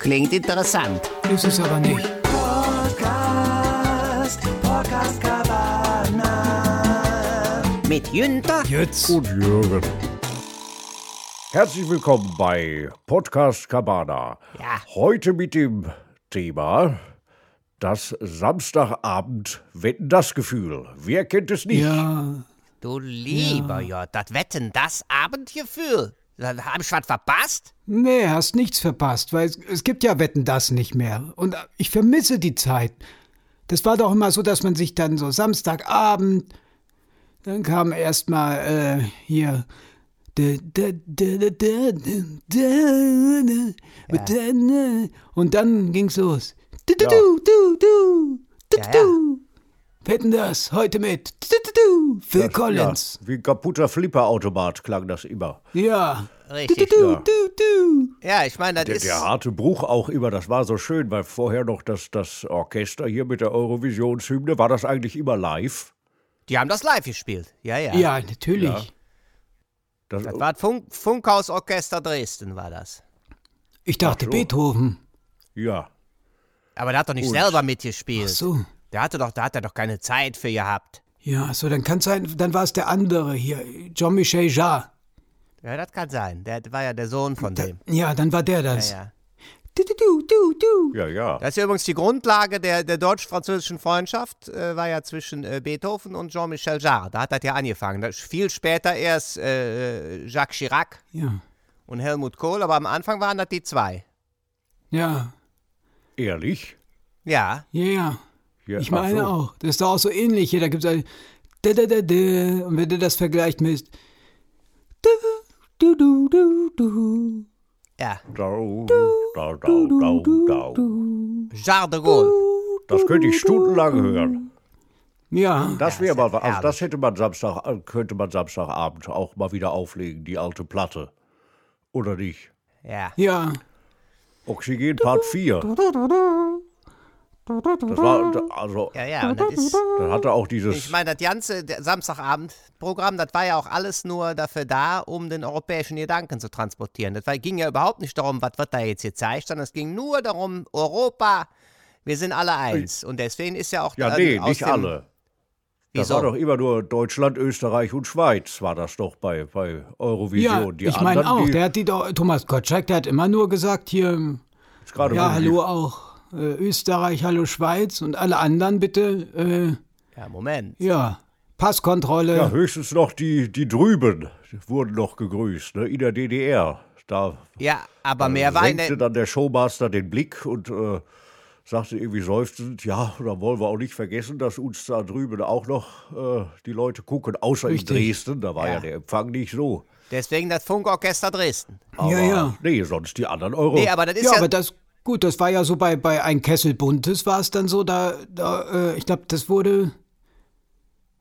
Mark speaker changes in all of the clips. Speaker 1: Klingt interessant.
Speaker 2: Ist es aber nicht.
Speaker 1: Mit Jünter
Speaker 2: Jetzt.
Speaker 3: und Jürgen. Herzlich willkommen bei Podcast Cabana.
Speaker 1: Ja.
Speaker 3: Heute mit dem Thema das Samstagabend Wetten das Gefühl. Wer kennt es nicht?
Speaker 2: Ja.
Speaker 1: Du lieber Jott, das Wetten, das Abendgefühl. Da Hab ich was verpasst?
Speaker 2: Nee, hast nichts verpasst, weil es, es gibt ja Wetten das nicht mehr. Und äh, ich vermisse die Zeit. Das war doch immer so, dass man sich dann so Samstagabend, dann kam erstmal äh, hier. dä, dä, dä, dä, dä, dä, dä, dä, dä, dä. Und dann ging's los. Du, du, du, du, du, du,
Speaker 1: Ja, ja.
Speaker 2: du. Wetten das heute mit du, du, du, Phil Collins.
Speaker 3: Ja, wie ein kaputter Flipperautomat klang das immer.
Speaker 2: Ja.
Speaker 1: Richtig.
Speaker 2: Du, du,
Speaker 3: Ja.
Speaker 2: du, du.
Speaker 1: Ja, ich meine, das
Speaker 3: Der,
Speaker 1: ist.
Speaker 3: der harte Bruch auch immer, das war so schön, weil vorher noch das, das Orchester hier mit der Eurovisionshymne, war das eigentlich immer live?
Speaker 1: Die haben das live gespielt. Ja, ja.
Speaker 2: Ja, natürlich.
Speaker 3: Das,
Speaker 1: Das war das Funk Funkhausorchester Dresden, war das.
Speaker 2: Ich dachte
Speaker 3: so.
Speaker 2: Beethoven.
Speaker 3: ja.
Speaker 1: Aber der hat doch nicht
Speaker 3: Und-
Speaker 1: selber mitgespielt.
Speaker 2: Ach so.
Speaker 1: Der hatte doch, da hat er doch keine Zeit für gehabt.
Speaker 2: Ja, so, dann kann sein, dann war es der andere hier, Jean-Michel Jarre.
Speaker 1: Ja, das kann sein. Der war ja der Sohn von
Speaker 2: Da,
Speaker 1: dem.
Speaker 2: ja, dann war der das.
Speaker 1: Ja, ja.
Speaker 2: Du, du, du, du, du.
Speaker 3: Ja, ja.
Speaker 1: Das ist ja übrigens die Grundlage der, der deutsch-französischen Freundschaft, äh, war ja zwischen äh, Beethoven und Jean-Michel Jarre. Da hat das ja angefangen. Da, viel später erst äh, Jacques Chirac
Speaker 2: Ja.
Speaker 1: und Helmut Kohl, aber am Anfang waren das die zwei.
Speaker 2: Ja,
Speaker 3: Ehrlich?
Speaker 1: Ja,
Speaker 2: ja, ja.
Speaker 3: Ja,
Speaker 2: Ich
Speaker 3: ach
Speaker 2: meine
Speaker 3: so.
Speaker 2: auch. Das ist doch auch so ähnlich hier. Da gibt es ein. Da, da, da, da. Und wenn du das vergleicht mit. Du, du, du, du, du.
Speaker 1: ja.
Speaker 3: Dau, dau, dau, dau, dau.
Speaker 1: Jarre de Gaulle.
Speaker 3: Das könnte ich stundenlang hören.
Speaker 2: Ja.
Speaker 3: Das wäre mal,
Speaker 1: herrlich.
Speaker 3: also das hätte man Samstag, äh, könnte man Samstagabend auch mal wieder auflegen, die alte Platte. Oder nicht?
Speaker 1: Ja.
Speaker 2: Ja.
Speaker 3: Oxygen Part 4. Das war, also,
Speaker 1: Ja, ja. Und das ist,
Speaker 3: das hatte auch dieses.
Speaker 1: ich meine, das ganze der Samstagabendprogramm, das war ja auch alles nur dafür da, um den europäischen Gedanken zu transportieren. Das war, ging ja überhaupt nicht darum, was wird da jetzt gezeigt, sondern es ging nur darum, Europa, wir sind alle eins. Und deswegen ist ja auch
Speaker 3: ja,
Speaker 1: dann
Speaker 3: nee,
Speaker 1: also aus
Speaker 3: nicht
Speaker 1: dem,
Speaker 3: alle. Das
Speaker 1: Wieso?
Speaker 3: war doch immer nur Deutschland, Österreich und Schweiz, war das doch bei, bei Eurovision.
Speaker 2: Ja,
Speaker 3: die
Speaker 2: ich meine
Speaker 3: anderen,
Speaker 2: auch.
Speaker 3: die
Speaker 2: Der hat die doch, Thomas Gottschalk, der hat immer nur gesagt hier,
Speaker 3: jetzt gerade
Speaker 2: Ja,
Speaker 3: wo Ah, die-
Speaker 2: hallo auch äh, Österreich, hallo Schweiz und alle anderen bitte,
Speaker 1: Ja, Moment.
Speaker 2: äh, ja, Passkontrolle.
Speaker 3: Ja, höchstens noch die, die drüben wurden noch gegrüßt, ne, in der DDR. Da
Speaker 1: Ja,
Speaker 3: Äh,
Speaker 1: aber mehr war in der,
Speaker 3: senkte dann der Showmaster den Blick und äh, sagte irgendwie seufzend, ja, da wollen wir auch nicht vergessen, dass uns da drüben auch noch äh, die Leute gucken, außer in
Speaker 2: Richtig.
Speaker 3: Dresden, da war ja,
Speaker 1: Ja.
Speaker 3: der Empfang nicht so.
Speaker 1: deswegen das Funkorchester Dresden.
Speaker 3: Aber
Speaker 2: ja.
Speaker 3: nee, sonst die anderen Euro.
Speaker 1: Nee, aber das ist
Speaker 2: Ja,
Speaker 1: ja,
Speaker 2: aber das, gut, das war ja so bei, bei Ein Kessel Buntes war es dann so, da, da äh, ich glaube, das wurde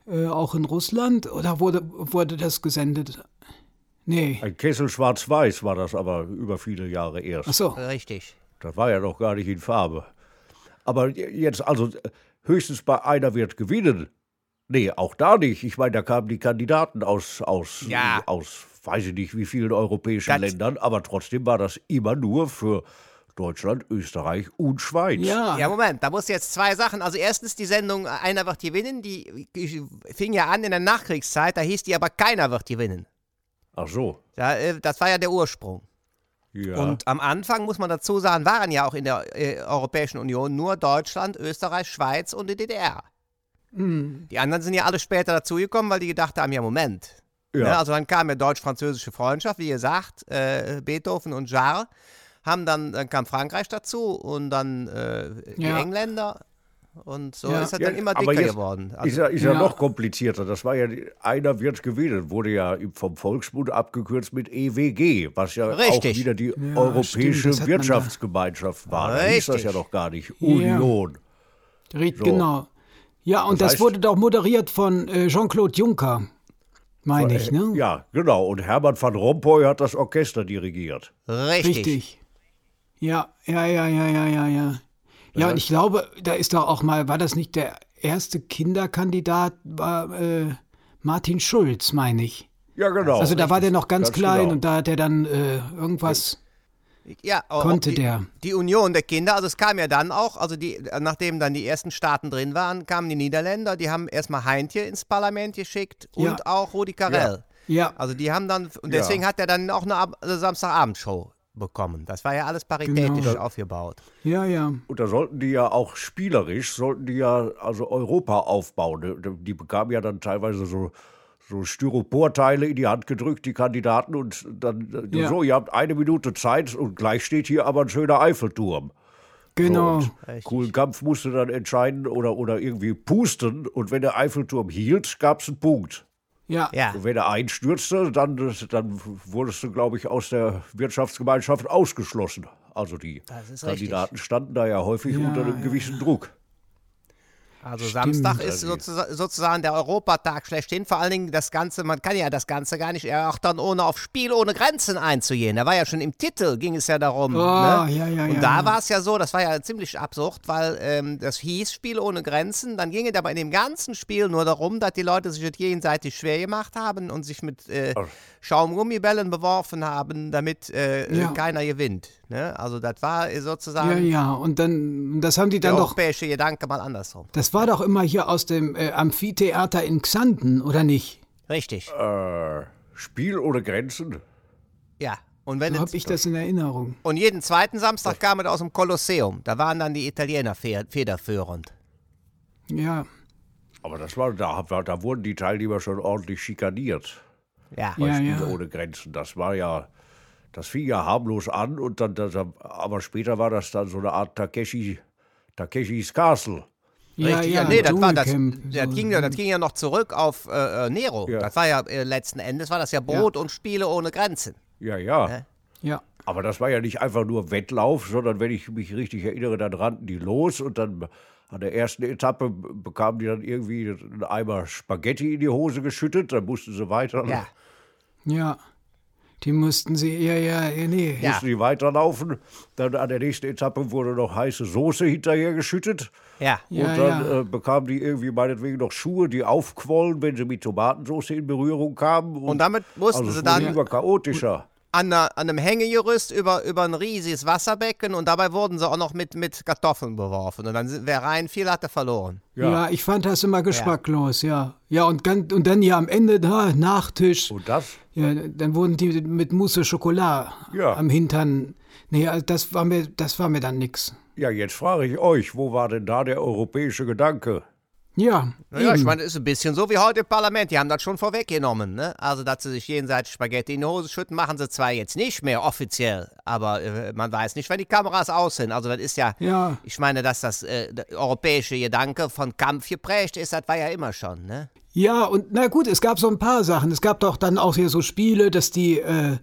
Speaker 2: äh, auch in Russland oder wurde, wurde das gesendet? Nee,
Speaker 3: Ein Kessel schwarz-weiß war das aber über viele Jahre erst.
Speaker 2: ach so,
Speaker 1: richtig.
Speaker 3: Das war ja noch gar nicht in Farbe. Aber jetzt, also höchstens bei einer wird gewinnen. Nee, auch da nicht. Ich meine, da kamen die Kandidaten aus, aus,
Speaker 1: Ja.
Speaker 3: aus weiß ich nicht wie vielen europäischen
Speaker 1: Das-
Speaker 3: Ländern, aber trotzdem war das immer nur für Deutschland, Österreich und Schweiz.
Speaker 2: ja,
Speaker 1: Ja, Moment, da muss jetzt zwei Sachen. Also erstens die Sendung Einer wird gewinnen, die fing ja an in der Nachkriegszeit, da hieß die aber Keiner wird gewinnen.
Speaker 3: Ach so.
Speaker 1: Da, äh, das war ja der Ursprung.
Speaker 3: Ja.
Speaker 1: Und am Anfang, muss man dazu sagen, waren ja auch in der äh, Europäischen Union nur Deutschland, Österreich, Schweiz und die DDR.
Speaker 3: Hm.
Speaker 1: Die anderen sind ja alle später dazugekommen, weil die gedacht haben, ja Moment.
Speaker 3: Ja.
Speaker 1: Ne, also dann kam ja deutsch-französische Freundschaft, wie gesagt, äh, Beethoven und Jarre. Haben dann, dann kam Frankreich dazu und dann äh, die
Speaker 2: Ja.
Speaker 1: Engländer. Und so
Speaker 2: Ja.
Speaker 1: ist das
Speaker 3: Ja,
Speaker 1: dann immer
Speaker 3: aber
Speaker 1: dicker
Speaker 3: jetzt
Speaker 1: geworden.
Speaker 3: ist
Speaker 1: Also,
Speaker 3: ja, ist ja,
Speaker 2: Ja.
Speaker 3: noch komplizierter. Das war ja, die- einer wird gewinnen, wurde ja vom Volksmund abgekürzt mit EWG, was ja
Speaker 1: Richtig.
Speaker 3: auch wieder die
Speaker 2: stimmt,
Speaker 3: Europäische
Speaker 2: das hat man da.
Speaker 3: Wirtschaftsgemeinschaft war. Da hieß das
Speaker 1: Richtig.
Speaker 3: ja noch gar nicht. Union.
Speaker 2: Red,
Speaker 3: so.
Speaker 2: genau. Ja, und das,
Speaker 3: heißt-
Speaker 2: wurde doch moderiert von äh, Jean-Claude Juncker, meine ich, ne?
Speaker 3: Ja, genau. Und Hermann van Rompuy hat das Orchester dirigiert.
Speaker 1: richtig.
Speaker 2: Richtig. Ja, ja, ja, ja, ja, ja, ja. Ja, und ich glaube, da ist doch auch mal, war das nicht der erste Kinderkandidat, war äh, Martin Schulz, meine ich.
Speaker 3: Ja, genau.
Speaker 2: Also da war der noch ganz,
Speaker 3: Ganz
Speaker 2: klein
Speaker 3: genau.
Speaker 2: und da hat er dann äh, irgendwas
Speaker 1: Ja, auch-
Speaker 2: Konnte
Speaker 1: auch die,
Speaker 2: der.
Speaker 1: Die Union der Kinder, also es kam ja dann auch, also die, nachdem dann die ersten Staaten drin waren, kamen die Niederländer, die haben erstmal Heintje ins Parlament geschickt und
Speaker 2: Ja.
Speaker 1: auch Rudi Carell.
Speaker 2: Ja,
Speaker 1: Also die haben dann, und
Speaker 3: Ja.
Speaker 1: deswegen hat er dann auch eine Ab also Samstagabendshow bekommen. Das war ja alles paritätisch
Speaker 2: Genau.
Speaker 1: aufgebaut.
Speaker 2: ja, ja.
Speaker 3: Und da sollten die ja auch spielerisch, sollten die ja also Europa aufbauen. ne? Die bekamen ja dann teilweise so, so Styroporteile in die Hand gedrückt, die Kandidaten, und dann äh,
Speaker 2: Ja.
Speaker 3: so, ihr habt eine Minute Zeit und gleich steht hier aber ein schöner Eiffelturm.
Speaker 2: Genau.
Speaker 3: So, und coolen Kampf musste dann entscheiden oder, oder irgendwie pusten. Und wenn der Eiffelturm hielt, gab es einen Punkt.
Speaker 2: Ja.
Speaker 1: Ja.
Speaker 3: Und wenn er einstürzte, dann, dann wurdest du, glaube ich, aus der Wirtschaftsgemeinschaft ausgeschlossen. Also die
Speaker 1: Das ist richtig.
Speaker 3: Kandidaten standen da ja häufig
Speaker 2: Ja,
Speaker 3: unter einem
Speaker 2: ja,
Speaker 3: gewissen Druck.
Speaker 1: Also
Speaker 2: Stimmt.
Speaker 1: Samstag ist
Speaker 3: Also-
Speaker 1: sozusagen, sozusagen der Europatag schlechthin. Vor allen Dingen das Ganze, man kann ja das Ganze gar nicht erörtern, ohne auf Spiel ohne Grenzen einzugehen. Da war ja schon im Titel, ging es ja darum.
Speaker 2: Ah,
Speaker 1: ne?
Speaker 2: ja, ja,
Speaker 1: Und
Speaker 2: ja,
Speaker 1: da
Speaker 2: ja.
Speaker 1: war es ja so, das war ja ziemlich absurd, weil ähm, das hieß Spiel ohne Grenzen. Dann ging es aber in dem ganzen Spiel nur darum, dass die Leute sich das jenseitig schwer gemacht haben und sich mit äh,
Speaker 2: Oh.
Speaker 1: Schaumgummibällen beworfen haben, damit äh,
Speaker 2: Ja.
Speaker 1: keiner gewinnt. Ne? Also das war äh, sozusagen
Speaker 2: Ja, ja, und dann, das haben die
Speaker 1: der
Speaker 2: dann doch,
Speaker 1: europäische Gedanke mal andersrum.
Speaker 2: das war doch immer hier aus dem äh, Amphitheater in Xanten, oder nicht?
Speaker 1: Richtig,
Speaker 3: Äh, Spiel ohne Grenzen?
Speaker 1: ja. Und wenn
Speaker 2: So
Speaker 1: es-
Speaker 2: habe ich das in Erinnerung.
Speaker 1: Und jeden zweiten Samstag kam es aus dem Kolosseum. Da waren dann die Italiener fe- federführend.
Speaker 2: Ja,
Speaker 3: Aber das war, da, da wurden die Teilnehmer schon ordentlich schikaniert.
Speaker 1: Ja.
Speaker 2: Ja.
Speaker 3: Spiel ohne Grenzen. Das war ja, das fing ja harmlos an und dann, das, aber später war das dann so eine Art Takeshi, Takeshis Castle.
Speaker 2: ja, ja,
Speaker 1: nee, das, war, das,
Speaker 2: Dschungelcamp,
Speaker 1: das,
Speaker 2: so.
Speaker 1: ging ja, das ging ja noch zurück auf äh, äh, Nero. Das war ja äh, letzten Endes, war das ja Brot und Spiele ohne Grenzen.
Speaker 3: Ja, ja.
Speaker 2: Ja,
Speaker 3: Aber das war ja nicht einfach nur Wettlauf, sondern wenn ich mich richtig erinnere, dann rannten die los und dann an der ersten Etappe bekamen die dann irgendwie einen Eimer Spaghetti in die Hose geschüttet, dann mussten sie weiter.
Speaker 1: Ja.
Speaker 2: ja. Die mussten sie, ja, ja, ja, nee.
Speaker 1: Ja.
Speaker 3: Mussten die weiterlaufen. Dann an der nächsten Etappe wurde noch heiße Soße hinterher geschüttet.
Speaker 1: Ja.
Speaker 2: Ja,
Speaker 3: und dann
Speaker 2: ja.
Speaker 3: äh, bekamen die irgendwie meinetwegen noch Schuhe, die aufquollen, wenn sie mit Tomatensoße in Berührung kamen.
Speaker 1: Und damit mussten
Speaker 3: also
Speaker 1: sie
Speaker 3: es
Speaker 1: dann
Speaker 3: wurde immer chaotischer.
Speaker 1: an, einer, an einem Hängegerüst über, über ein riesiges Wasserbecken und dabei wurden sie auch noch mit, mit Kartoffeln beworfen. Und dann, sind- wer reinfiel, hatte verloren.
Speaker 2: Ja. ich fand das immer geschmacklos, ja. Ja, und, ganz, und dann ja am Ende, da, Nachtisch.
Speaker 3: Und das?
Speaker 2: Ja, dann wurden die mit Mousse Schokolade
Speaker 3: Ja.
Speaker 2: am Hintern. Nee, also das war mir, das war mir dann nix.
Speaker 3: Ja, jetzt frage ich euch, wo war denn da der europäische Gedanke?
Speaker 2: Ja,
Speaker 1: Naja, ich
Speaker 2: eben.
Speaker 1: meine, ist ein bisschen so wie heute im Parlament. Die haben das schon vorweggenommen, ne? Also, dass sie sich jenseits Spaghetti in die Hose schütten, machen sie zwar jetzt nicht mehr offiziell, aber äh, man weiß nicht, wann die Kameras aus sind. Also, das ist ja,
Speaker 2: Ja.
Speaker 1: ich meine, dass das äh, der europäische Gedanke von Kampf geprägt ist, das war ja immer schon, ne?
Speaker 2: Ja, und na gut, es gab so ein paar Sachen. Es gab doch dann auch hier so Spiele, dass die äh,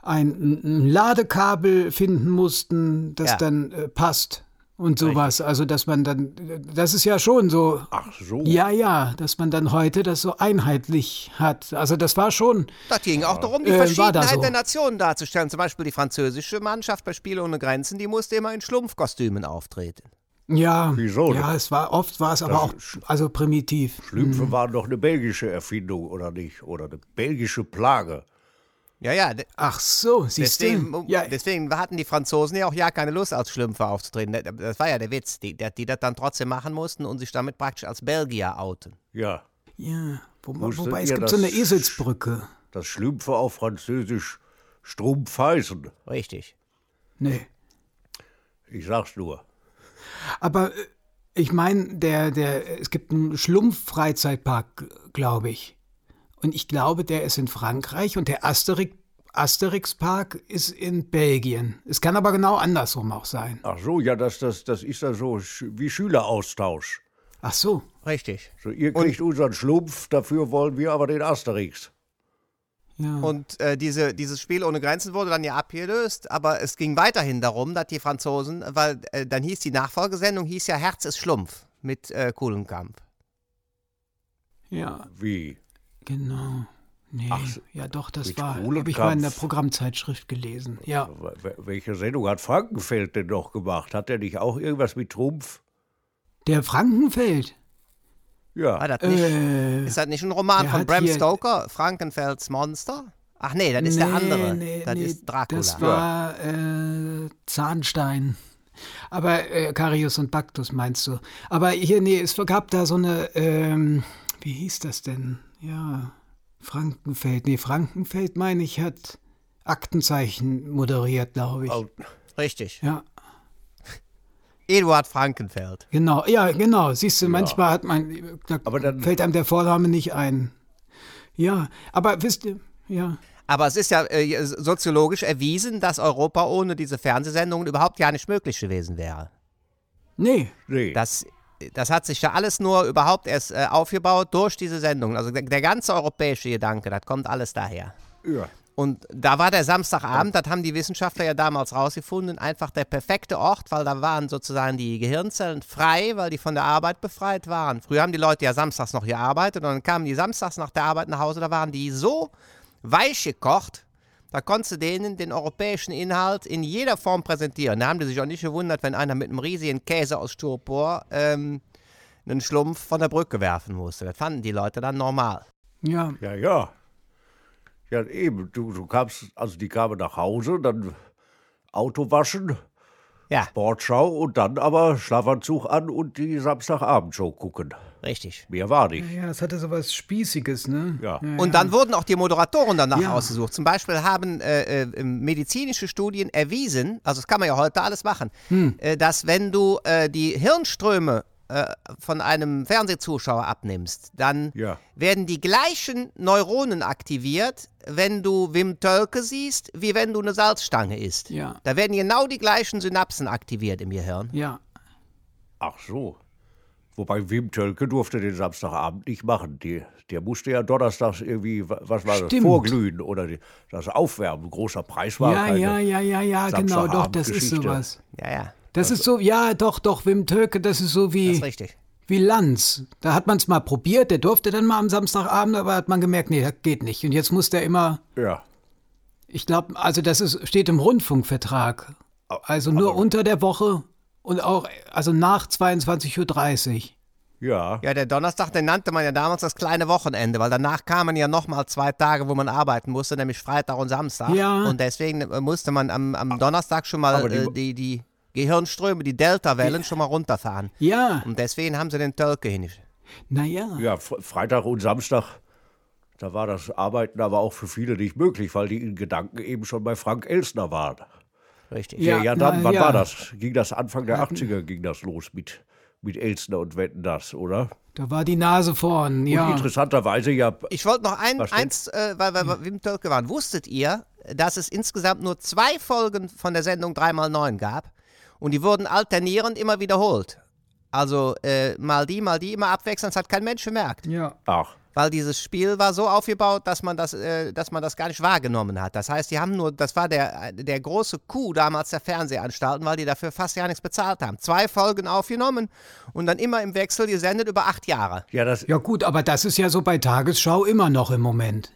Speaker 2: ein, ein Ladekabel finden mussten, das
Speaker 1: Ja.
Speaker 2: dann äh, passt und sowas. Also, dass man dann, das ist ja schon so,
Speaker 3: Ach so.
Speaker 2: ja, ja, dass man dann heute das so einheitlich hat. Also, das war schon,
Speaker 1: Das ging auch darum, die
Speaker 2: Äh, war da
Speaker 1: Verschiedenheit
Speaker 2: so.
Speaker 1: der Nationen darzustellen. Zum Beispiel die französische Mannschaft bei Spiele ohne Grenzen, die musste immer in Schlumpfkostümen auftreten.
Speaker 2: ja,
Speaker 3: Wieso denn?
Speaker 2: ja, es war oft, war es aber auch, also primitiv.
Speaker 3: Schlümpfe waren doch eine belgische Erfindung, oder nicht? Oder eine belgische Plage.
Speaker 1: Ja, ja, de-
Speaker 2: Ach so, siehst du?
Speaker 1: Deswegen,
Speaker 2: Ja,
Speaker 1: deswegen hatten die Franzosen ja auch ja keine Lust, als Schlümpfe aufzutreten. Ne, Das war ja der Witz, die, die, die das dann trotzdem machen mussten und sich damit praktisch als Belgier outen.
Speaker 3: Ja.
Speaker 2: ja. Wo,
Speaker 3: Wusstet
Speaker 2: wobei es
Speaker 3: ihr,
Speaker 2: gibt so eine
Speaker 3: dass-
Speaker 2: Eselsbrücke.
Speaker 3: Dass Schlümpfe auf Französisch Strumpf heißen.
Speaker 1: Richtig.
Speaker 2: Nee.
Speaker 3: Ich sag's nur.
Speaker 2: Aber äh, ich meine, der, der, es gibt einen Schlumpf-Freizeitpark, glaube ich. Und ich glaube, der ist in Frankreich und der Asterix, Asterix-Park ist in Belgien. Es kann aber genau andersrum auch sein.
Speaker 3: Ach so, ja, das, das, das ist ja so sch- wie Schüleraustausch.
Speaker 2: Ach so.
Speaker 1: Richtig.
Speaker 3: So, ihr kriegt unseren Schlumpf, dafür wollen wir aber den Asterix.
Speaker 2: Ja.
Speaker 1: Und äh, diese, dieses Spiel ohne Grenzen wurde dann ja abgelöst, aber es ging weiterhin darum, dass die Franzosen, weil äh, dann hieß die Nachfolgesendung, hieß ja Herz ist Schlumpf mit äh, Kuhlenkamp.
Speaker 2: ja,
Speaker 3: Wie?
Speaker 2: genau. Nee,
Speaker 3: Ach,
Speaker 2: ja doch, das
Speaker 3: mit
Speaker 2: war,
Speaker 3: Kuhlenkampf.
Speaker 2: habe ich mal in der Programmzeitschrift gelesen. Ja,
Speaker 1: Also.
Speaker 3: W- w- Welche Sendung hat Frankenfeld denn noch gemacht? Hat er nicht auch irgendwas mit Trumpf?
Speaker 2: der Frankenfeld.
Speaker 1: War
Speaker 3: Ja.
Speaker 1: das nicht,
Speaker 2: Äh,
Speaker 1: ist das nicht ein Roman
Speaker 2: der
Speaker 1: von
Speaker 2: hat
Speaker 1: Bram
Speaker 2: hier-
Speaker 1: Stoker, Frankenfelds Monster? Ach nee, das ist der
Speaker 2: Nee,
Speaker 1: andere.
Speaker 2: nee,
Speaker 1: das
Speaker 2: nee,
Speaker 1: ist Dracula.
Speaker 2: Das war äh, Zahnstein. Aber äh, Carius und Bactus meinst du. Aber hier, nee, es gab da so eine, ähm, wie hieß das denn? Ja, Frankenfeld. Nee, Frankenfeld, meine ich, hat Aktenzeichen moderiert, glaube ich.
Speaker 1: oh, richtig.
Speaker 2: Ja,
Speaker 1: Eduard Frankenfeld.
Speaker 2: genau. Ja, genau. Siehst du, manchmal hat man, da
Speaker 3: Aber dann-
Speaker 2: fällt einem der Vorname nicht ein. Ja, aber wisst ihr, ja.
Speaker 1: Aber es ist ja äh, soziologisch erwiesen, dass Europa ohne diese Fernsehsendungen überhaupt gar nicht möglich gewesen wäre.
Speaker 2: Nee,
Speaker 3: Nee.
Speaker 1: Das, das hat sich ja alles nur überhaupt erst äh, aufgebaut durch diese Sendungen. Also der, der ganze europäische Gedanke, das kommt alles daher.
Speaker 3: ja.
Speaker 1: Und da war der Samstagabend, das haben die Wissenschaftler ja damals rausgefunden, einfach der perfekte Ort, weil da waren sozusagen die Gehirnzellen frei, weil die von der Arbeit befreit waren. Früher haben die Leute ja samstags noch gearbeitet und dann kamen die samstags nach der Arbeit nach Hause, da waren die so weich gekocht, da konntest du denen den europäischen Inhalt in jeder Form präsentieren. Da haben die sich auch nicht gewundert, wenn einer mit einem riesigen Käse aus Styropor ähm, einen Schlumpf von der Brücke werfen musste. Das fanden die Leute dann normal.
Speaker 2: ja.
Speaker 3: Ja, ja. Ja, eben. Du, du kamst, also die kamen nach Hause, dann Auto waschen,
Speaker 1: Ja,
Speaker 3: Sportschau und dann aber Schlafanzug an und die Samstagabendshow gucken.
Speaker 1: richtig.
Speaker 3: Mehr war nicht.
Speaker 2: Ja, es hatte so was Spießiges, ne?
Speaker 3: Ja.
Speaker 1: Und dann wurden auch die Moderatoren danach
Speaker 2: Ja.
Speaker 1: ausgesucht. Zum Beispiel haben äh, äh, medizinische Studien erwiesen, also das kann man ja heute alles machen, äh, dass wenn du äh, die Hirnströme äh, von einem Fernsehzuschauer abnimmst, dann
Speaker 3: Ja.
Speaker 1: werden die gleichen Neuronen aktiviert, wenn du Wim Tölke siehst, wie wenn du eine Salzstange isst.
Speaker 2: Ja.
Speaker 1: Da werden genau die gleichen Synapsen aktiviert im Gehirn.
Speaker 2: Ja.
Speaker 3: Ach so. Wobei Wim Tölke durfte den Samstagabend nicht machen. Die, der musste ja donnerstags irgendwie, wa- was war das,
Speaker 2: Stimmt.
Speaker 3: vorglühen oder die, das Aufwärmen. Großer Preis war
Speaker 2: Ja,
Speaker 3: keine.
Speaker 2: ja, ja, ja, ja, genau, doch, das ist
Speaker 3: Samstagabendgeschichte.
Speaker 2: sowas.
Speaker 1: Ja, ja,
Speaker 2: Das ist so, ja, doch, doch, Wim Tölke, das ist so
Speaker 1: das
Speaker 2: wie,
Speaker 1: ist richtig.
Speaker 2: wie Lanz. Da hat man es mal probiert, der durfte dann mal am Samstagabend, aber hat man gemerkt, nee, das geht nicht. Und jetzt muss der immer,
Speaker 3: Ja.
Speaker 2: ich glaube, also das ist, steht im Rundfunkvertrag. Also nur unter der Woche und auch, also nach 22.30 Uhr.
Speaker 3: Ja.
Speaker 1: Ja, der Donnerstag, den nannte man ja damals das kleine Wochenende, weil danach kamen ja nochmal zwei Tage, wo man arbeiten musste, nämlich Freitag und Samstag.
Speaker 2: Ja. Ah,
Speaker 1: Und deswegen äh, musste man am, am Donnerstag schon mal
Speaker 3: Aber die-
Speaker 1: die, äh, die, die Gehirnströme, die Delta-Wellen schon mal runterfahren.
Speaker 2: Ja,
Speaker 1: Und deswegen haben sie den Tölke hin.
Speaker 2: naja.
Speaker 3: Ja, Fre- Freitag und Samstag, da war das Arbeiten aber auch für viele nicht möglich, weil die in Gedanken eben schon bei Frank Elsner waren.
Speaker 1: Richtig.
Speaker 2: Ja,
Speaker 3: Ja, ja dann,
Speaker 2: na,
Speaker 3: wann
Speaker 2: ja.
Speaker 3: war das? Ging das Anfang der 80er ging das los mit, mit Elsner und Wetten das, oder?
Speaker 2: Da war die Nase vorn,
Speaker 3: Und
Speaker 2: ja.
Speaker 3: interessanterweise ja,
Speaker 1: Ich wollte noch ein,
Speaker 3: Was denn?
Speaker 1: eins, äh, weil weil wir im Tölke waren. Wusstet ihr, dass es insgesamt nur zwei Folgen von der Sendung 3x9 gab? Und die wurden alternierend immer wiederholt. Also äh, mal die, mal die, immer abwechselnd, das hat kein Mensch gemerkt.
Speaker 2: Ja.
Speaker 3: ach,
Speaker 1: Weil dieses Spiel war so aufgebaut, dass man das, äh, dass man das gar nicht wahrgenommen hat. Das heißt, die haben nur, das war der, der große Coup damals der Fernsehanstalten, weil die dafür fast gar nichts bezahlt haben. Zwei Folgen aufgenommen und dann immer im Wechsel gesendet über acht Jahre.
Speaker 3: ja, das,
Speaker 2: Ja gut, aber das ist ja so bei Tagesschau immer noch im Moment.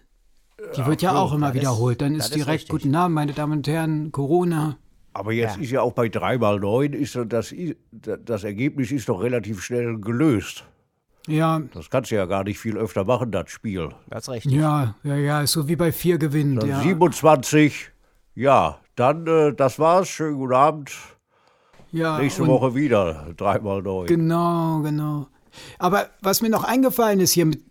Speaker 2: Die wird ja auch immer
Speaker 1: das ist-
Speaker 2: wiederholt. Dann
Speaker 1: das
Speaker 2: ist
Speaker 1: ist
Speaker 2: direkt
Speaker 1: richtig.
Speaker 2: guten Abend, meine Damen und Herren, Corona.
Speaker 3: aber jetzt
Speaker 1: Ja.
Speaker 3: ist ja auch bei 3x9 ist so das, i- das Ergebnis ist doch relativ schnell gelöst.
Speaker 2: Ja,
Speaker 3: Das kannst du ja gar nicht viel öfter machen, das Spiel.
Speaker 1: Das ist richtig.
Speaker 2: ja, ja, ja, ist so wie bei vier gewinnt.
Speaker 3: Dann
Speaker 2: Ja.
Speaker 3: 27, ja, dann, äh, das war's, schönen guten Abend.
Speaker 2: Ja,
Speaker 3: Nächste
Speaker 2: und-
Speaker 3: Woche wieder, dreimal neu.
Speaker 2: Genau, genau. Aber was mir noch eingefallen ist hier, mit,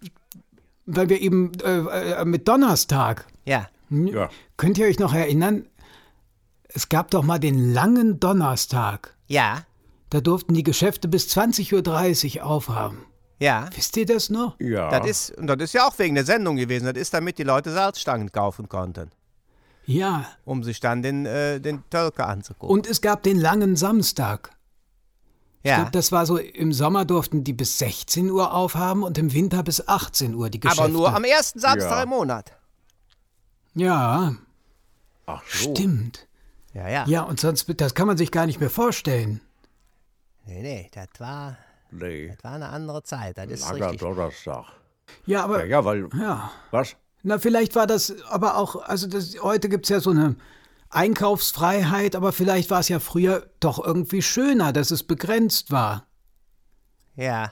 Speaker 2: weil wir eben äh, äh, mit Donnerstag,
Speaker 1: Ja.
Speaker 3: Ja.
Speaker 2: könnt ihr euch noch erinnern, es gab doch mal den langen Donnerstag.
Speaker 1: Ja.
Speaker 2: Da durften die Geschäfte bis 20.30 Uhr aufhaben.
Speaker 1: Ja.
Speaker 2: Wisst ihr das noch?
Speaker 3: ja.
Speaker 1: Das ist, und das ist ja auch wegen der Sendung gewesen. Das ist, damit die Leute Salzstangen kaufen konnten,
Speaker 2: Ja.
Speaker 1: um sich dann den, äh, den Tölke anzugucken.
Speaker 2: Und es gab den langen Samstag. Ich
Speaker 1: ja.
Speaker 2: glaub, das war so, im Sommer durften die bis 16 Uhr aufhaben und im Winter bis 18 Uhr die Geschäfte.
Speaker 1: Aber nur am ersten Samstag
Speaker 3: Ja.
Speaker 1: im Monat.
Speaker 2: Ja,
Speaker 1: Oh.
Speaker 3: Ach so.
Speaker 2: stimmt.
Speaker 1: Ja, ja.
Speaker 2: Ja, und sonst, das kann man sich gar nicht mehr vorstellen.
Speaker 1: Nee, nee, das war,
Speaker 3: Nee,
Speaker 1: das war eine andere Zeit. Das ist
Speaker 3: langer
Speaker 1: richtig. Äh,
Speaker 3: Donnerstag.
Speaker 2: Ja, aber,
Speaker 3: Ja, ja, weil,
Speaker 2: ja.
Speaker 3: was?
Speaker 2: Na, vielleicht war das aber auch, also das, heute gibt es ja so eine Einkaufsfreiheit, aber vielleicht war es ja früher doch irgendwie schöner, dass es begrenzt war.
Speaker 1: Ja.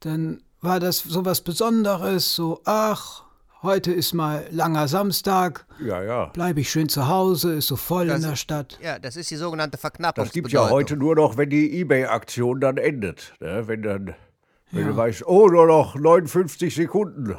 Speaker 2: Dann war das so was Besonderes, so, ach, heute ist mal langer Samstag,
Speaker 3: Ja, ja.
Speaker 2: bleibe ich schön zu Hause, ist so voll in
Speaker 1: Das-
Speaker 2: der Stadt.
Speaker 1: Ja, das ist die sogenannte
Speaker 3: Das
Speaker 1: Verknappungsbedeutung.
Speaker 3: gibt ja heute nur noch, wenn die Ebay-Aktion dann endet. Ne? Wenn dann, wenn du weißt, oh, nur noch 59 Sekunden.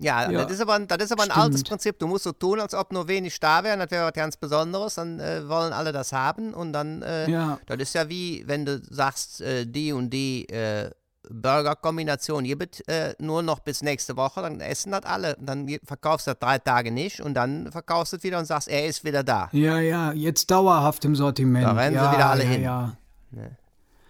Speaker 1: Ja,
Speaker 2: Ja.
Speaker 1: Das, ist aber, ein- das ist aber ein altes Prinzip. Du musst so tun, als ob nur wenig da wären. Das wäre was ganz Besonderes. Dann äh, wollen alle das haben. Und dann, äh,
Speaker 2: Ja.
Speaker 1: das ist ja wie, wenn du sagst, äh, die und die äh, Burger-Kombination gibt äh, nur noch bis nächste Woche. Dann essen das alle. Dann ge- verkaufst du das drei Tage nicht. Und dann verkaufst du es wieder und sagst, er ist wieder da.
Speaker 2: Ja, ja, jetzt dauerhaft im Sortiment.
Speaker 1: Da rennen sie
Speaker 2: ja,
Speaker 1: wieder alle
Speaker 2: ja,
Speaker 1: hin.
Speaker 2: Ja,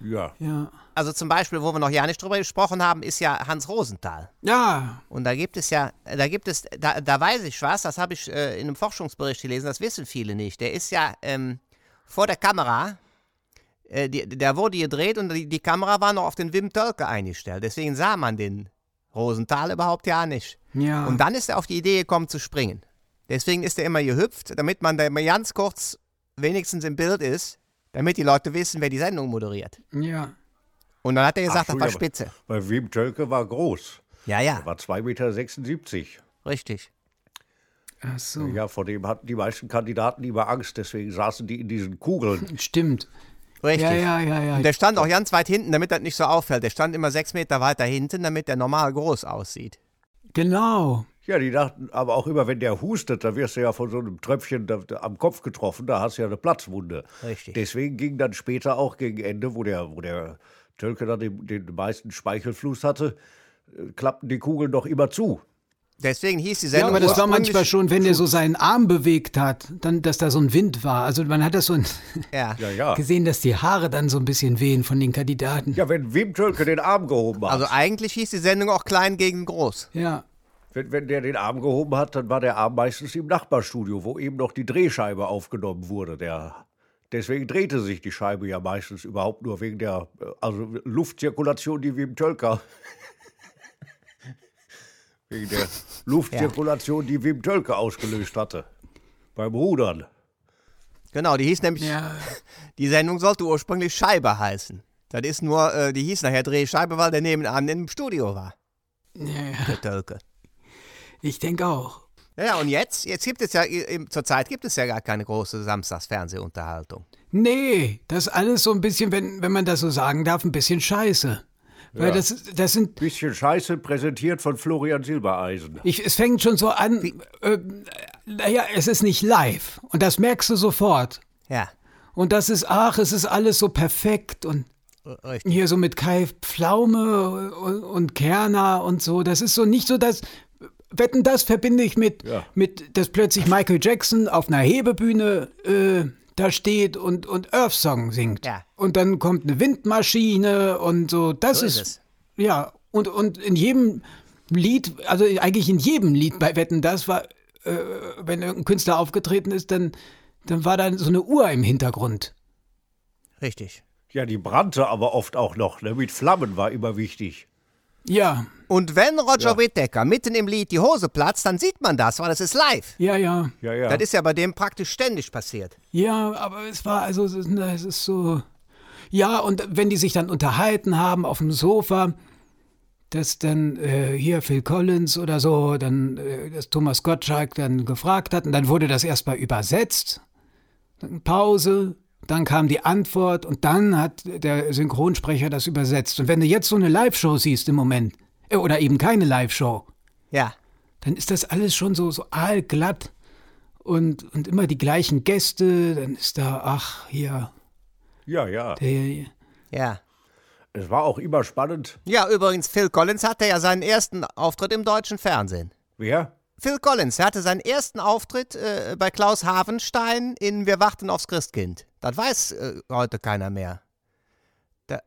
Speaker 3: Ja.
Speaker 2: ja.
Speaker 1: Also zum Beispiel, wo wir noch ja nicht drüber gesprochen haben, ist ja Hans Rosenthal.
Speaker 2: Ja,
Speaker 1: Und da gibt es ja, da gibt es, da, da weiß ich was, das habe ich äh, in einem Forschungsbericht gelesen, das wissen viele nicht. Der ist ja ähm, vor der Kamera, äh, die, der wurde gedreht und die, die Kamera war noch auf den Wim Tölke eingestellt. Deswegen sah man den Rosenthal überhaupt ja nicht.
Speaker 2: ja.
Speaker 1: Und dann ist er auf die Idee gekommen zu springen. Deswegen ist er immer gehüpft, damit man da immer ganz kurz wenigstens im Bild ist, damit die Leute wissen, wer die Sendung moderiert.
Speaker 2: ja.
Speaker 1: Und dann hat er gesagt,
Speaker 3: Ach,
Speaker 1: das war
Speaker 3: Entschuldigung,
Speaker 1: spitze.
Speaker 3: Weil Wim Tölke war groß.
Speaker 1: Ja, ja,
Speaker 3: War 2,76 Meter.
Speaker 1: richtig.
Speaker 2: Ach so.
Speaker 1: Hm.
Speaker 3: Ja, vor dem hatten die meisten Kandidaten immer Angst, deswegen saßen die in diesen Kugeln.
Speaker 2: Stimmt.
Speaker 1: Richtig.
Speaker 2: Ja, ja, ja, ja.
Speaker 1: Und der stand auch ganz weit hinten, damit das nicht so auffällt. Der stand immer sechs Meter weiter hinten, damit der normal groß aussieht.
Speaker 2: genau.
Speaker 3: Ja, die dachten, aber auch immer, wenn der hustet, da wirst du ja von so einem Tröpfchen da, da, am Kopf getroffen, da hast du ja eine Platzwunde.
Speaker 1: Richtig.
Speaker 3: Deswegen ging dann später auch gegen Ende, wo der, wo der Tölke dann den, den meisten Speichelfluss hatte, äh, klappten die Kugeln doch immer zu.
Speaker 1: Deswegen hieß die
Speaker 2: Ja,
Speaker 1: Sendung.
Speaker 2: aber das war
Speaker 1: ursprünglich-
Speaker 2: manchmal schon, wenn er so seinen Arm bewegt hat, dann, dass da so ein Wind war. Also man hat das so
Speaker 1: Ja.
Speaker 3: Ja, ja.
Speaker 2: gesehen, dass die Haare dann so ein bisschen wehen von den Kandidaten.
Speaker 3: Ja, wenn Wim Tölke den Arm gehoben hat,
Speaker 1: Also eigentlich hieß die Sendung auch klein gegen groß.
Speaker 2: Ja.
Speaker 3: wenn, wenn der den Arm gehoben hat, dann war der Arm meistens im Nachbarstudio, wo eben noch die Drehscheibe aufgenommen wurde. Der, deswegen drehte sich die Scheibe ja meistens überhaupt nur wegen der äh, also Luftzirkulation, die Wim Tölker. wegen der Luftzirkulation, die Wim Tölke ausgelöst hatte. Beim Rudern.
Speaker 1: Genau, die hieß nämlich,
Speaker 2: Ja.
Speaker 1: die Sendung sollte ursprünglich Scheibe heißen. Das ist nur, äh, die hieß nachher Drehscheibe, weil der nebenan im Studio war,
Speaker 2: ja, ja.
Speaker 1: der Tölke.
Speaker 2: Ich denke auch.
Speaker 1: Ja, ja, und jetzt, jetzt gibt es ja, im- zurzeit gibt es ja gar keine große Samstagsfernsehunterhaltung.
Speaker 2: Nee, das ist alles so ein bisschen, wenn, wenn man das so sagen darf, ein bisschen scheiße. Weil
Speaker 3: Ja.
Speaker 2: das, ist- das sind,
Speaker 3: Bisschen Scheiße präsentiert von Florian Silbereisen.
Speaker 2: ich, es fängt schon so an, äh, naja, es ist nicht live. Und das merkst du sofort.
Speaker 1: Ja,
Speaker 2: Und das ist, ach, es ist alles so perfekt und
Speaker 1: r- richtig.
Speaker 2: hier so mit Kai Pflaume und, und Kerner und so. Das ist so nicht so das. Wetten, das verbinde ich mit,
Speaker 3: Ja.
Speaker 2: mit dass plötzlich Michael Jackson auf einer Hebebühne äh, da steht und, und Earth Song singt.
Speaker 1: Ja.
Speaker 2: Und dann kommt eine Windmaschine und so. Das
Speaker 1: So ist
Speaker 2: ist.
Speaker 1: es.
Speaker 2: Ja, und, und in jedem Lied, also eigentlich in jedem Lied bei Wetten, das war, äh, wenn irgendein Künstler aufgetreten ist, dann, dann war da so eine Uhr im Hintergrund.
Speaker 1: Richtig.
Speaker 3: Ja, die brannte aber oft auch noch. Ne? Mit Flammen war immer wichtig.
Speaker 2: Ja,
Speaker 1: Und wenn Roger Whittaker mitten im Lied die Hose platzt, dann sieht man das, weil das ist live.
Speaker 2: ja, ja.
Speaker 3: Ja, ja.
Speaker 1: Das ist ja bei dem praktisch ständig passiert.
Speaker 2: Ja, aber es war also, es ist- na, es ist so. Ja, und wenn die sich dann unterhalten haben auf dem Sofa, dass dann äh, hier Phil Collins oder so, dann äh, dass Thomas Gottschalk dann gefragt hat und dann wurde das erstmal übersetzt. Dann Pause, dann kam die Antwort und dann hat der Synchronsprecher das übersetzt. Und wenn du jetzt so eine Live-Show siehst im Moment, äh, oder eben keine Live-Show,
Speaker 1: Ja.
Speaker 2: dann ist das alles schon so, so aalglatt und, und immer die gleichen Gäste. Dann ist da, ach, hier,
Speaker 3: ja, ja.
Speaker 2: der,
Speaker 1: Ja.
Speaker 3: Es war auch immer spannend.
Speaker 1: Ja, übrigens, Phil Collins hatte ja seinen ersten Auftritt im deutschen Fernsehen.
Speaker 3: Wer?
Speaker 1: Phil Collins er hatte seinen ersten Auftritt äh, bei Klaus Havenstein in Wir warten aufs Christkind. Das weiß äh, heute keiner mehr. Da,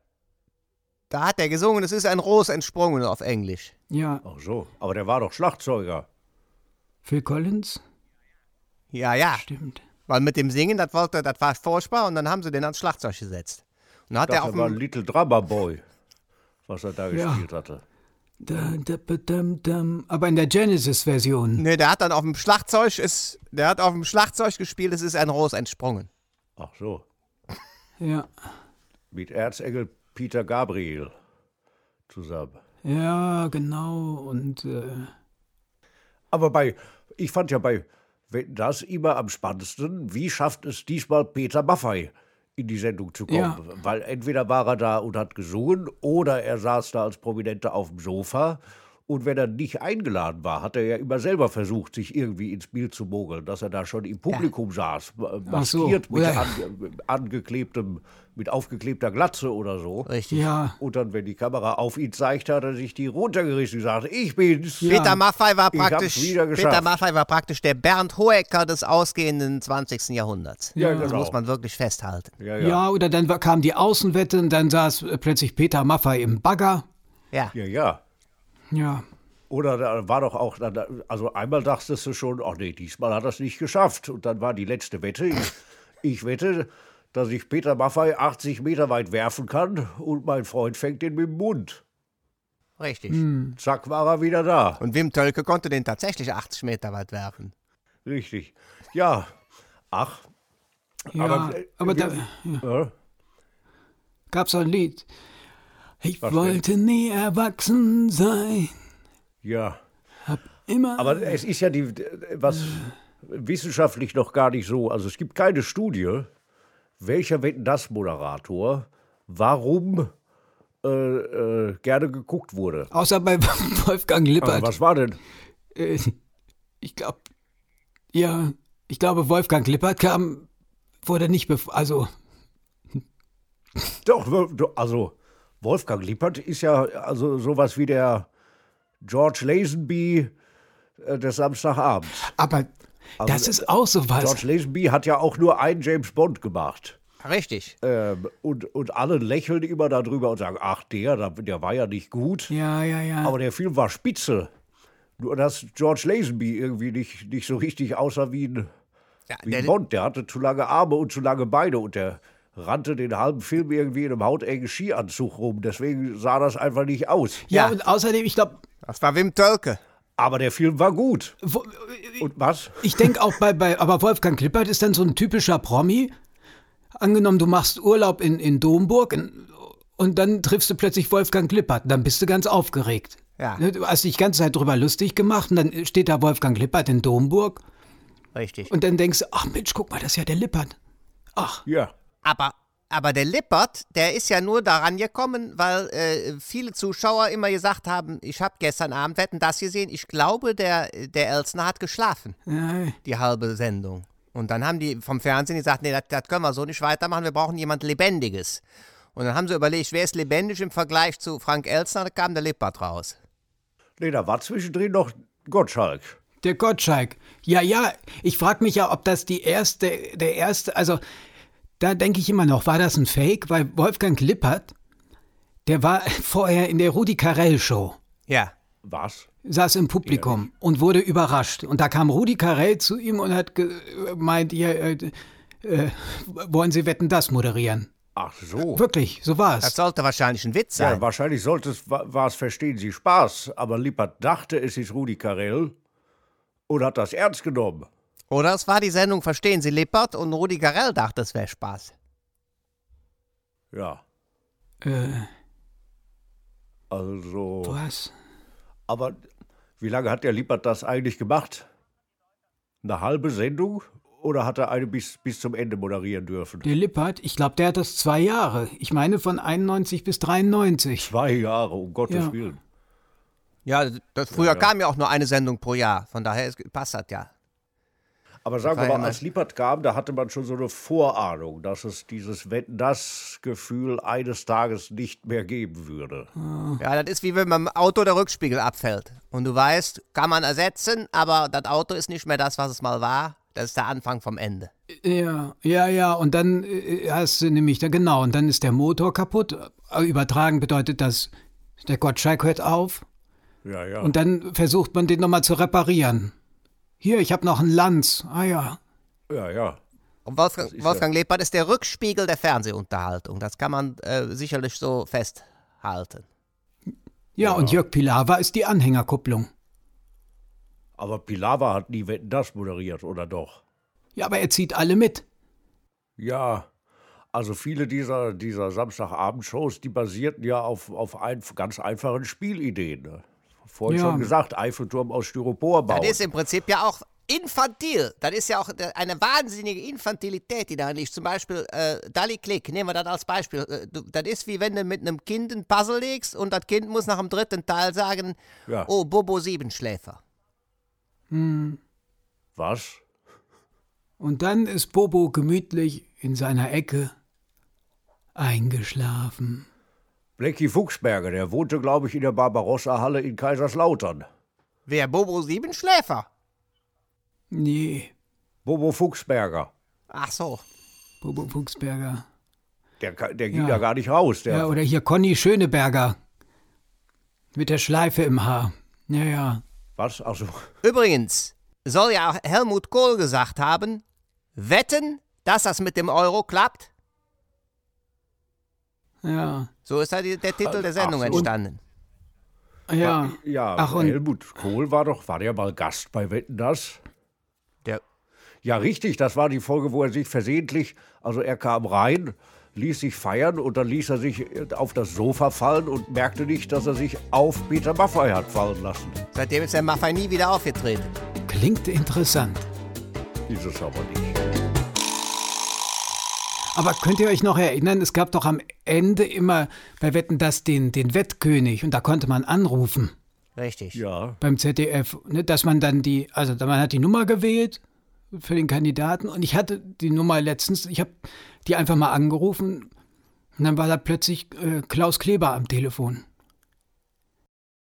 Speaker 1: da hat er gesungen, es ist ein Ros entsprungen auf Englisch.
Speaker 2: ja,
Speaker 3: Ach so, aber der war doch Schlagzeuger.
Speaker 2: Phil Collins,
Speaker 1: Ja, ja.
Speaker 2: stimmt.
Speaker 1: Weil mit dem Singen, das wollte, das war furchtbar und dann haben sie den ans Schlagzeug gesetzt. Und dann hat
Speaker 3: Das
Speaker 1: er auf
Speaker 3: war
Speaker 1: dem,
Speaker 3: Little Drummer Boy, was er da gespielt hatte.
Speaker 2: Da, da, ba, dam, dam. Aber in der Genesis-Version.
Speaker 1: Nee, der hat dann auf dem Schlagzeug ist, der hat auf dem Schlagzeug gespielt, es ist ein Ros entsprungen.
Speaker 3: Ach so,
Speaker 2: Ja,
Speaker 3: mit Erzengel Peter Gabriel zusammen.
Speaker 2: ja, genau. Und äh,
Speaker 3: Aber bei, ich fand ja bei Wetten, das immer am spannendsten, wie schafft es diesmal Peter Maffei in die Sendung zu kommen?
Speaker 2: Ja.
Speaker 3: Weil entweder war er da und hat gesungen oder er saß da als Prominenter auf dem Sofa. Und wenn er nicht eingeladen war, hat er ja immer selber versucht, sich irgendwie ins Bild zu mogeln, dass er da schon im Publikum saß, ma-
Speaker 2: Ach so,
Speaker 3: maskiert mit,
Speaker 2: ja.
Speaker 3: an, mit angeklebtem, mit aufgeklebter Glatze oder so.
Speaker 1: Richtig.
Speaker 2: Ja,
Speaker 3: Und dann, wenn die Kamera auf ihn zeigte, hat er sich die runtergerissen und gesagt, ich bin's.
Speaker 1: Peter Maffay war
Speaker 3: Ich hab's
Speaker 1: praktisch
Speaker 3: wieder geschafft.
Speaker 1: Peter Maffay war praktisch der Bernd Hoecker des ausgehenden 20. Jahrhunderts.
Speaker 3: Ja,
Speaker 1: Das
Speaker 3: genau.
Speaker 1: muss man wirklich festhalten.
Speaker 3: Ja,
Speaker 2: ja.
Speaker 3: ja.
Speaker 2: oder dann war- kam die Außenwette und dann saß äh, plötzlich Peter Maffay im Bagger.
Speaker 1: Ja.
Speaker 3: ja, ja.
Speaker 2: Ja.
Speaker 3: Oder da war doch auch, dann- also einmal dachtest du schon, ach nee, diesmal hat er es nicht geschafft. Und dann war die letzte Wette. Ich, ich wette, dass ich Peter Maffay 80 Meter weit werfen kann und mein Freund fängt ihn mit dem Mund.
Speaker 1: Richtig.
Speaker 3: Zack, war er wieder da.
Speaker 1: Und Wim Tölke konnte den tatsächlich 80 Meter weit werfen.
Speaker 3: Richtig. Ja, ach.
Speaker 2: Ja, aber,
Speaker 3: äh,
Speaker 2: da
Speaker 3: äh,
Speaker 2: gab es ein Lied. Ich
Speaker 3: Was denn?
Speaker 2: wollte nie erwachsen sein.
Speaker 3: ja.
Speaker 2: Immer.
Speaker 3: Aber es ist ja die, was wissenschaftlich noch gar nicht so, also es gibt keine Studie, welcher Wetten das Moderator, warum äh, äh, gerne geguckt wurde.
Speaker 2: außer bei Wolfgang
Speaker 3: Aber
Speaker 2: Lippert.
Speaker 3: was war denn?
Speaker 2: Äh, ich glaube, ja, ich glaube, Wolfgang Lippert kam, wurde nicht, bef also,
Speaker 3: Doch, wo- do- also Wolfgang Lippert ist ja also sowas wie der George Lazenby äh, des Samstagabends.
Speaker 2: aber das ist auch sowas.
Speaker 3: Also, George Lazenby hat ja auch nur einen James Bond gemacht.
Speaker 1: Richtig.
Speaker 3: Ähm, und, und alle lächeln immer darüber und sagen, ach der, da- der war ja nicht gut.
Speaker 2: Ja, ja, ja.
Speaker 3: Aber der Film war spitze. Nur dass George Lazenby irgendwie nicht, nicht so richtig aussah wie ein,
Speaker 1: Ja,
Speaker 3: wie ein
Speaker 1: der,
Speaker 3: Bond. Der hatte zu lange Arme und zu lange Beine und der rannte den halben Film irgendwie in einem hautengen Skianzug rum. Deswegen sah das einfach nicht aus.
Speaker 2: ja,
Speaker 1: ja.
Speaker 2: und außerdem, ich glaube,
Speaker 1: das war Wim Tölke.
Speaker 3: Aber der Film war gut. Und was?
Speaker 2: ich denke auch bei, bei, aber Wolfgang Lippert ist dann so ein typischer Promi. Angenommen, du machst Urlaub in, in Domburg in, und dann triffst du plötzlich Wolfgang Lippert, dann bist du ganz aufgeregt.
Speaker 1: Ja.
Speaker 2: Ne, Du hast dich die ganze Zeit drüber lustig gemacht und dann steht da Wolfgang Lippert in Domburg
Speaker 1: Richtig.
Speaker 2: und dann denkst du, ach Mensch, guck mal, das ist ja der Lippert. Ach,
Speaker 3: Ja.
Speaker 1: Aber, aber der Lippert, der ist ja nur daran gekommen, weil äh, viele Zuschauer immer gesagt haben, ich habe gestern Abend Wetten das gesehen, ich glaube, der, der Elsner hat geschlafen,
Speaker 2: ja,
Speaker 1: die halbe Sendung. Und dann haben die vom Fernsehen gesagt, nee, das, das können wir so nicht weitermachen, wir brauchen jemand Lebendiges. Und dann haben sie überlegt, wer ist lebendig im Vergleich zu Frank Elsner, da kam der Lippert raus.
Speaker 3: Nee, da war zwischendrin noch Gottschalk.
Speaker 2: Der Gottschalk. Ja, ja, ich frage mich ja, ob das die erste, der erste, also da denke ich immer noch, war das ein Fake? Weil Wolfgang Lippert, der war vorher in der Rudi Carell Show,
Speaker 1: Ja.
Speaker 3: Was?
Speaker 2: saß im Publikum und wurde überrascht. Und da kam Rudi Carell zu ihm und hat gemeint, ihr, äh, äh, wollen Sie Wetten, das moderieren?
Speaker 3: Ach so.
Speaker 2: Wirklich, so war
Speaker 1: Das
Speaker 2: es.
Speaker 1: sollte wahrscheinlich ein Witz sein.
Speaker 3: Ja, wahrscheinlich sollte es, wa- war es, verstehen Sie, Spaß. Aber Lippert dachte, es ist Rudi Carell und hat das ernst genommen.
Speaker 1: Oder es war die Sendung Verstehen Sie Lippert und Rudi Garell dachte, es wäre Spaß.
Speaker 3: Ja,
Speaker 2: Äh,
Speaker 3: also.
Speaker 2: was?
Speaker 3: Aber wie lange hat der Lippert das eigentlich gemacht? Eine halbe Sendung? Oder hat er eine bis, bis zum Ende moderieren dürfen?
Speaker 2: Der Lippert, ich glaube, der hat das zwei Jahre. Ich meine von 91 bis 93.
Speaker 3: Zwei Jahre, um Gottes
Speaker 2: Ja.
Speaker 3: Willen.
Speaker 1: Ja, das, früher kam ja auch nur eine Sendung pro Jahr. Von daher ist, passt das ja.
Speaker 3: Aber sagen
Speaker 1: war
Speaker 3: wir
Speaker 1: ja
Speaker 3: mal,
Speaker 1: mein-
Speaker 3: als Lippert kam, da hatte man schon so eine Vorahnung, dass es dieses Wenn-Das-Gefühl eines Tages nicht mehr geben würde.
Speaker 1: Ja, das ist wie wenn beim Auto der Rückspiegel abfällt. Und du weißt, kann man ersetzen, aber das Auto ist nicht mehr das, was es mal war. Das ist der Anfang vom Ende.
Speaker 2: Ja, ja, ja. Und dann äh, hast du nämlich, da genau, und dann ist der Motor kaputt. Aber Übertragen bedeutet das, der Gottschalk hört auf
Speaker 3: Ja, ja.
Speaker 2: und dann versucht man den nochmal zu reparieren. Hier, ich habe noch einen Lanz. Ah ja.
Speaker 3: ja, ja.
Speaker 1: Und Wolfgang, Wolfgang Lippert ist der Rückspiegel der Fernsehunterhaltung. Das kann man äh, sicherlich so festhalten.
Speaker 2: Ja, und Jörg Pilawa ist die Anhängerkupplung.
Speaker 3: Aber Pilawa hat nie Wetten das moderiert, oder doch?
Speaker 2: Ja, aber er zieht alle mit.
Speaker 3: Ja. Also viele dieser, dieser Samstagabendshows, die basierten ja auf, auf ein, ganz einfachen Spielideen. Ne? Vorhin
Speaker 2: Ja.
Speaker 3: schon gesagt, Eiffelturm aus Styropor bauen.
Speaker 1: Das ist im Prinzip ja auch infantil. Das ist ja auch äh, eine wahnsinnige Infantilität, die darin liegt. Zum Beispiel äh, Dalli Klick, nehmen wir das als Beispiel. Äh, du- Das ist wie wenn du mit einem Kind ein Puzzle legst und das Kind muss nach dem dritten Teil sagen,
Speaker 3: Ja.
Speaker 1: oh, Bobo Siebenschläfer.
Speaker 3: Was?
Speaker 2: Und dann ist Bobo gemütlich in seiner Ecke eingeschlafen.
Speaker 3: Blackie Fuchsberger, der wohnte, glaube ich, in der Barbarossa-Halle in Kaiserslautern.
Speaker 1: Wer Bobo Siebenschläfer?
Speaker 2: Nee,
Speaker 3: Bobo Fuchsberger.
Speaker 1: Ach so.
Speaker 2: Bobo Fuchsberger.
Speaker 3: Der, ka- der ging
Speaker 2: Ja.
Speaker 3: da gar nicht raus. Der,
Speaker 2: Ja, oder hier Conny Schöneberger. Mit der Schleife im Haar. Ja, ja.
Speaker 3: Was? Ach so.
Speaker 1: Übrigens soll ja auch Helmut Kohl gesagt haben, wetten, dass das mit dem Euro klappt.
Speaker 2: Ja.
Speaker 1: So ist ja die, der Titel der Sendung
Speaker 3: Ach so.
Speaker 1: entstanden.
Speaker 2: Ja.
Speaker 3: Ja,
Speaker 2: Ach, und-
Speaker 3: Helmut Kohl war doch, war der mal Gast bei Wetten das?
Speaker 1: Der,
Speaker 3: Ja, richtig, das war die Folge, wo er sich versehentlich, also er kam rein, ließ sich feiern und dann ließ er sich auf das Sofa fallen und merkte nicht, dass er sich auf Peter Maffay hat fallen lassen.
Speaker 1: seitdem ist der Maffei nie wieder aufgetreten.
Speaker 2: Klingt interessant.
Speaker 3: Ist es aber nicht.
Speaker 2: Aber könnt ihr euch noch erinnern, es gab doch am Ende immer bei Wetten das den, den Wettkönig und da konnte man anrufen
Speaker 1: Richtig.
Speaker 3: Ja,
Speaker 2: beim ZDF, ne, dass man dann die, also man hat die Nummer gewählt für den Kandidaten und ich hatte die Nummer letztens, ich habe die einfach mal angerufen und dann war da plötzlich äh, Klaus Kleber am Telefon.